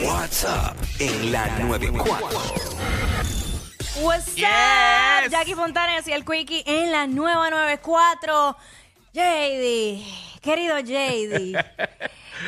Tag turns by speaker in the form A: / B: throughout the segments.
A: WhatsApp en la 94.
B: What's up,
C: Yes.
B: Jackie Fontanes y el Quickie en la nueva 94. JD, querido JD,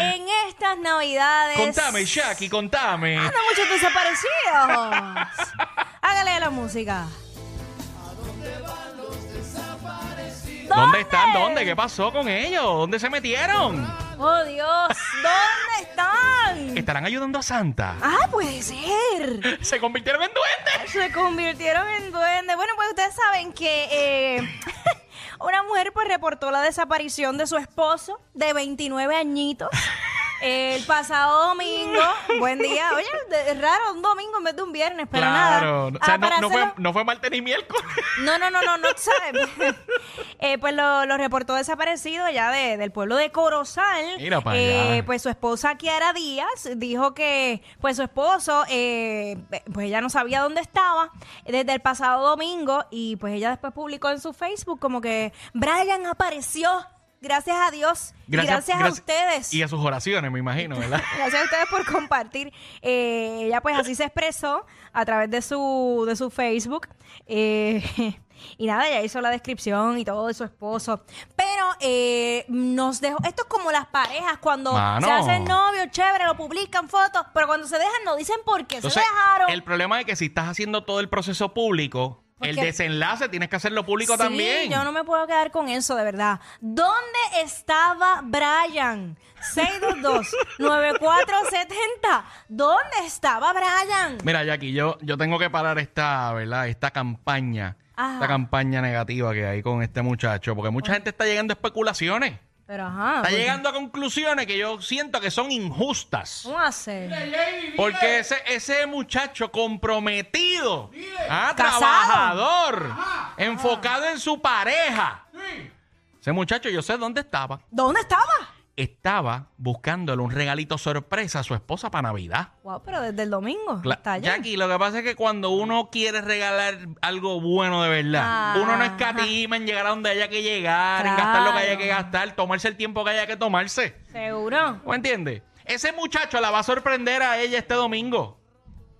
B: en estas navidades...
C: Contame, Shaki, contame.
B: Andan muchos desaparecidos. Hágale la música.
C: ¿Dónde están? ¿Dónde? ¿Qué pasó con ellos? ¿Dónde se metieron?
B: Oh, Dios, ¿dónde están?
C: ¿Estarán ayudando a Santa?
B: Ah, puede ser.
C: ¿Se convirtieron en duendes?
B: Se convirtieron en duendes. Bueno, pues ustedes saben que eh, una mujer pues reportó la desaparición de su esposo de 29 añitos. eh, El pasado domingo, buen día. Oye, de- es raro un domingo en vez de un viernes, pero
C: Claro.
B: nada.
C: O sea,
B: Ah, para
C: no, no fue,
B: hacerlo-
C: no fue martes ni miércoles.
B: no, no, no, no, no, ¿sabes? Eh, pues lo, lo reportó desaparecido ya de- del pueblo de Corozal.
C: Mira pa'
B: Eh,
C: allá.
B: Pues su esposa Kiara Díaz dijo que pues su esposo, eh, pues ella no sabía dónde estaba desde el pasado domingo y pues ella después publicó en su Facebook como que Brian apareció, gracias a Dios, y gracias, a
C: gracias-
B: ustedes.
C: Y a sus oraciones, me imagino, ¿verdad?
B: Gracias a ustedes por compartir. Eh, ella pues así se expresó a través de su, de su Facebook. Eh, y nada, ella hizo la descripción y todo de su esposo. Pero eh, nos dejó, esto es como las parejas, cuando
C: Mano.
B: se hacen novios, chévere, lo publican fotos, pero cuando se dejan no dicen por qué
C: Entonces,
B: se dejaron.
C: el problema es que si estás haciendo todo el proceso público, el
B: Porque-
C: desenlace tienes que hacerlo público
B: Sí,
C: también.
B: yo no me puedo quedar con eso, de verdad. ¿Dónde estaba Brian? 622-9470. ¿Dónde estaba Brian?
C: Mira, Jackie, yo, yo tengo que parar esta, ¿verdad? Esta campaña.
B: Ajá.
C: Esta campaña negativa que hay con este muchacho. Porque mucha gente está llegando a especulaciones.
B: Pero ajá.
C: Está
B: pues,
C: llegando a conclusiones que yo siento que son injustas.
B: ¿Cómo hacer?
C: Porque ese, ese muchacho comprometido, ah,
B: Casado.
C: trabajador, enfocado en su pareja. Ese muchacho, yo sé dónde estaba.
B: ¿Dónde estaba?
C: Estaba buscándole un regalito sorpresa a su esposa para Navidad.
B: Wow, pero desde el domingo.
C: Cla-
B: hasta ayer.
C: Jackie, lo que pasa es que cuando uno quiere regalar algo bueno de verdad,
B: Ah,
C: uno no escatima en llegar a donde haya que llegar, en gastar lo que haya que
B: Claro.
C: gastar, tomarse el tiempo que haya que tomarse.
B: Seguro.
C: ¿Me entiendes? Ese muchacho la va a sorprender a ella este domingo.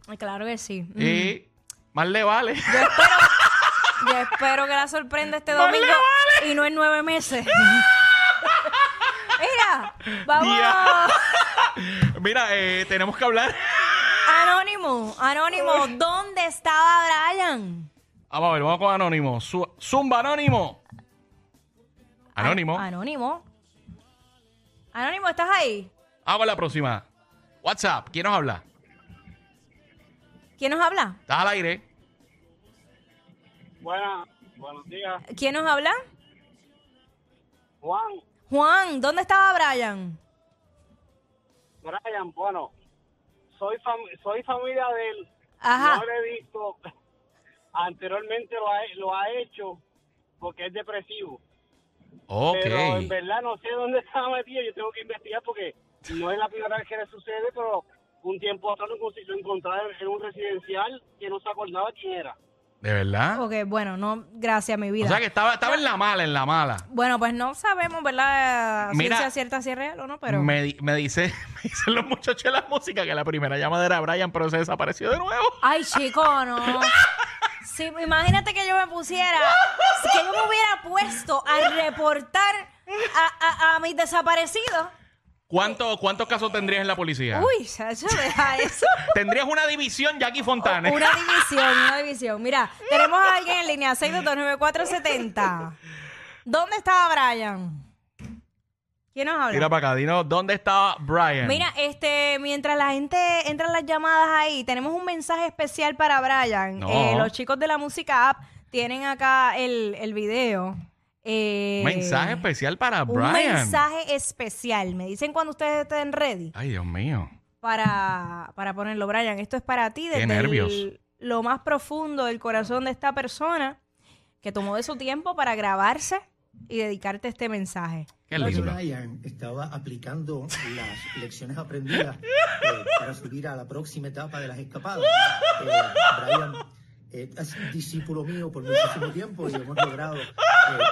B: Ay, Claro que sí. Mm.
C: Y más le vale.
B: Yo espero, Mm. yo espero que la sorprenda este
C: ¡No le
B: domingo y no en nueve meses. Mira, vamos.
C: Ya. Mira, eh, tenemos que hablar.
B: Anónimo, Anónimo, ¿dónde estaba Brian?
C: Vamos a ver, vamos con Anónimo. Su- Zumba Anónimo. Anónimo.
B: Anónimo. Anónimo, ¿estás ahí?
C: Hago la próxima. WhatsApp, ¿quién nos habla?
B: ¿Quién nos habla?
C: Estás al aire.
D: Buenas, buenos días.
B: ¿Quién nos habla?
D: Juan,
B: Juan, ¿dónde estaba Brian?
D: Brian, bueno, soy, fam- soy familia de él.
B: Ajá.
D: No lo he visto. Anteriormente lo ha, lo ha hecho porque es depresivo.
C: Ok.
D: Pero en verdad no sé dónde estaba metido. Yo tengo que investigar porque no es la primera vez que le sucede, pero un tiempo atrás lo consiguió encontrar en un residencial que no se acordaba quién era.
C: ¿De verdad?
B: Ok, bueno, no, gracias, mi vida.
C: O sea que estaba, estaba en la mala, en la mala.
B: Bueno, pues no sabemos, ¿verdad? Si
C: Mira.
B: sea cierta, si es real o no, pero.
C: Me, di- me dice, me dicen los muchachos de la música que la primera llamada era Brian, pero se desapareció de nuevo.
B: Ay, chico, no. Sí, imagínate que yo me pusiera, que yo me hubiera puesto a reportar a, a- a mis desaparecidos.
C: ¿Cuánto- ¿Cuántos casos tendrías en la policía?
B: Uy, Chacho, deja eso.
C: Tendrías una división Jackie Fontane.
B: Una división, una división. Mira, tenemos a alguien en línea 6229470. ¿Dónde estaba Brian? ¿Quién nos habla?
C: Tira para acá, dinos, ¿dónde está Brian?
B: Mira, este, mientras la gente entra en las llamadas ahí, tenemos un mensaje especial para Brian.
C: No.
B: Eh, los chicos de la música app tienen acá el, el video. Eh,
C: mensaje especial para
B: Un
C: Brian.
B: mensaje especial. Me dicen cuando ustedes estén ready
C: Ay, Dios mío.
B: para, para ponerlo, Brian. Esto es para ti desde
C: nervios.
B: el- lo más profundo del corazón de esta persona que tomó de su tiempo para grabarse y dedicarte este mensaje.
C: Qué lindo.
E: Brian estaba aplicando las lecciones aprendidas eh, para subir a la próxima etapa de las escapadas. Eh, Brian eh, es discípulo mío por muchísimo tiempo y hemos logrado eh,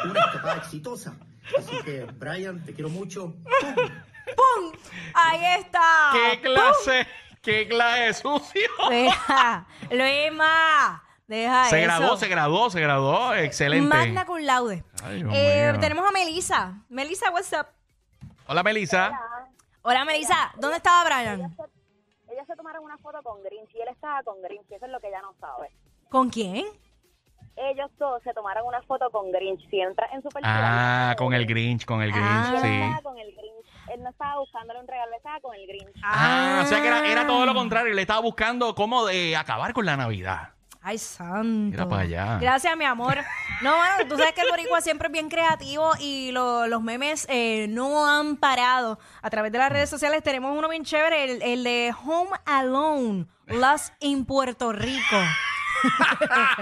E: una escapada exitosa. Así que, Brian, te quiero mucho. ¡Pum!
B: ¡Pum! Ahí está.
C: ¿Qué clase? ¿Qué clase de sucio?
B: Deja, Luima, deja eso.
C: Se graduó, se graduó, se graduó. Excelente.
B: Magna cum laude.
C: Ay, Dios
B: Eh,
C: mío.
B: tenemos a Melisa. Melisa, what's up?
C: Hola, Melissa.
B: Hola, Melisa. ¿Dónde estaba Brian?
F: Ellas se tomaron una foto con Grinch y él estaba con Grinch, eso es lo que ella no sabe.
B: ¿Con quién?
F: Ellos dos se tomaron una foto con Grinch, si entras en su perfil...
C: Ah, con el Grinch, con el Grinch,
B: Ah.
F: Él estaba
C: sí.
F: con el Grinch, él no estaba buscándole un regalo, él estaba con el Grinch.
C: Ah, o sea que era, era todo lo contrario. Le estaba buscando cómo de acabar con la Navidad.
B: Ay, santo.
C: Mira para allá.
B: Gracias, mi amor. No, bueno, tú sabes que el boricua siempre es bien creativo y lo- los memes eh, no han parado. A través de las redes sociales tenemos uno bien chévere, el, el de Home Alone, Lost in Puerto Rico.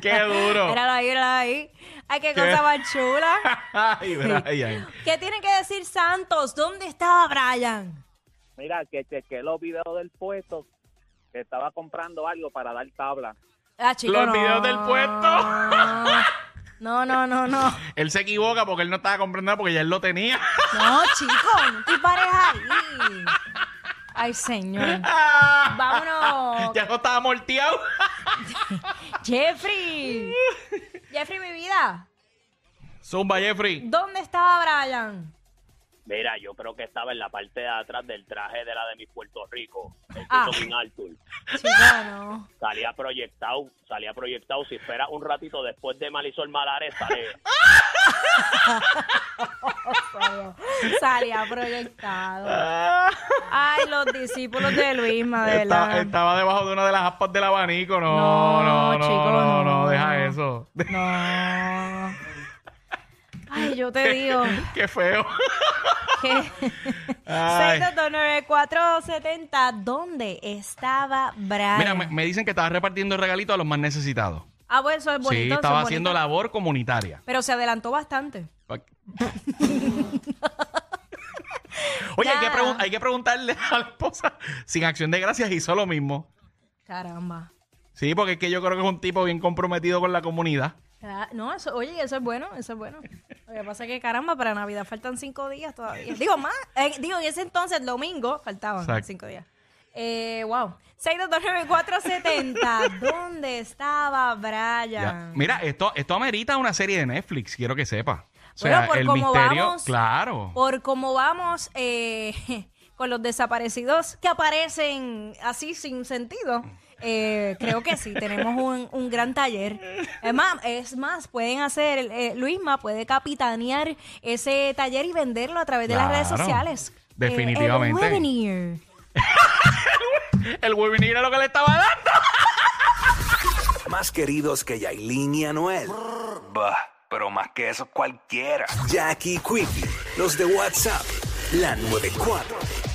C: ¡Qué duro!
B: Míralo ahí, míralo ahí. Ay, qué
C: Qué-
B: cosa más chula.
C: Ay, Brian.
B: ¿Qué tiene que decir Santos? ¿Dónde estaba Brian?
G: Mira, que chequeé los videos del puesto, que estaba comprando algo para dar tabla.
B: Ah, chico,
C: Los
B: no.
C: videos del puerto.
B: No, no, no, no.
C: Él se equivoca porque él no estaba comprando nada porque ya él lo tenía.
B: No, chico, no te pares ahí. Ay, señor. Ah. Vámonos.
C: Ya no estaba morteado.
B: Jeffrey. Jeffrey, mi vida.
C: Zumba, Jeffrey.
B: ¿Dónde estaba Brian?
G: Mira, yo creo que estaba en la parte de atrás del traje de la de mi Puerto Rico, el
B: Ah.
G: King Arthur.
B: Chico, no.
G: Salía proyectado, salía proyectado. Si espera un ratito después de Marisol Malares, sale.
B: Salía proyectado. Ay, los discípulos de Luisma, de
C: Esta-
B: verdad.
C: estaba debajo de una de las aspas del abanico. No, no, no,
B: chico,
C: no, no,
B: no.
C: deja eso.
B: No. Ay, yo te digo
C: Qué feo.
B: que...
C: Ay.
B: 6229470, ¿dónde estaba Brian?
C: Mira, me, me dicen que estaba repartiendo regalitos a los más necesitados.
B: Ah, bueno, eso es bonito.
C: sí,
B: eso es
C: estaba
B: bonito.
C: haciendo labor comunitaria.
B: Pero se adelantó bastante.
C: Oye, hay que,
B: Ya.
C: pregun- hay que preguntarle a la esposa sin acción de gracias hizo lo mismo.
B: Caramba.
C: Sí, porque es que yo creo que es un tipo bien comprometido con la comunidad.
B: Ah, No, eso, oye, eso es bueno, eso es bueno. Lo que pasa es que, caramba, para Navidad faltan cinco días todavía. Digo, más. eh, digo, en ese entonces, domingo, faltaban
C: Exacto.
B: cinco días. Eh, wow. 6229470. ¿Dónde estaba
C: Ya.
B: Brian?
C: Mira, esto, esto amerita una serie de Netflix, quiero que sepa. O
B: Bueno,
C: sea,
B: por
C: el
B: cómo
C: misterio,
B: vamos-
C: claro.
B: Por cómo vamos eh, con los desaparecidos que aparecen así sin sentido, eh, creo que sí, tenemos un, un gran taller. Es más, es más pueden hacer, eh, Luisma puede capitanear ese taller y venderlo a través de las redes
C: Claro,
B: sociales. Eh, el
C: definitivamente.
B: webinar.
C: El webinar era lo que le estaba dando.
A: Más queridos que Yailin y Anuel. Bah, pero más que eso cualquiera. Jackie Quickie, los de WhatsApp, la 94.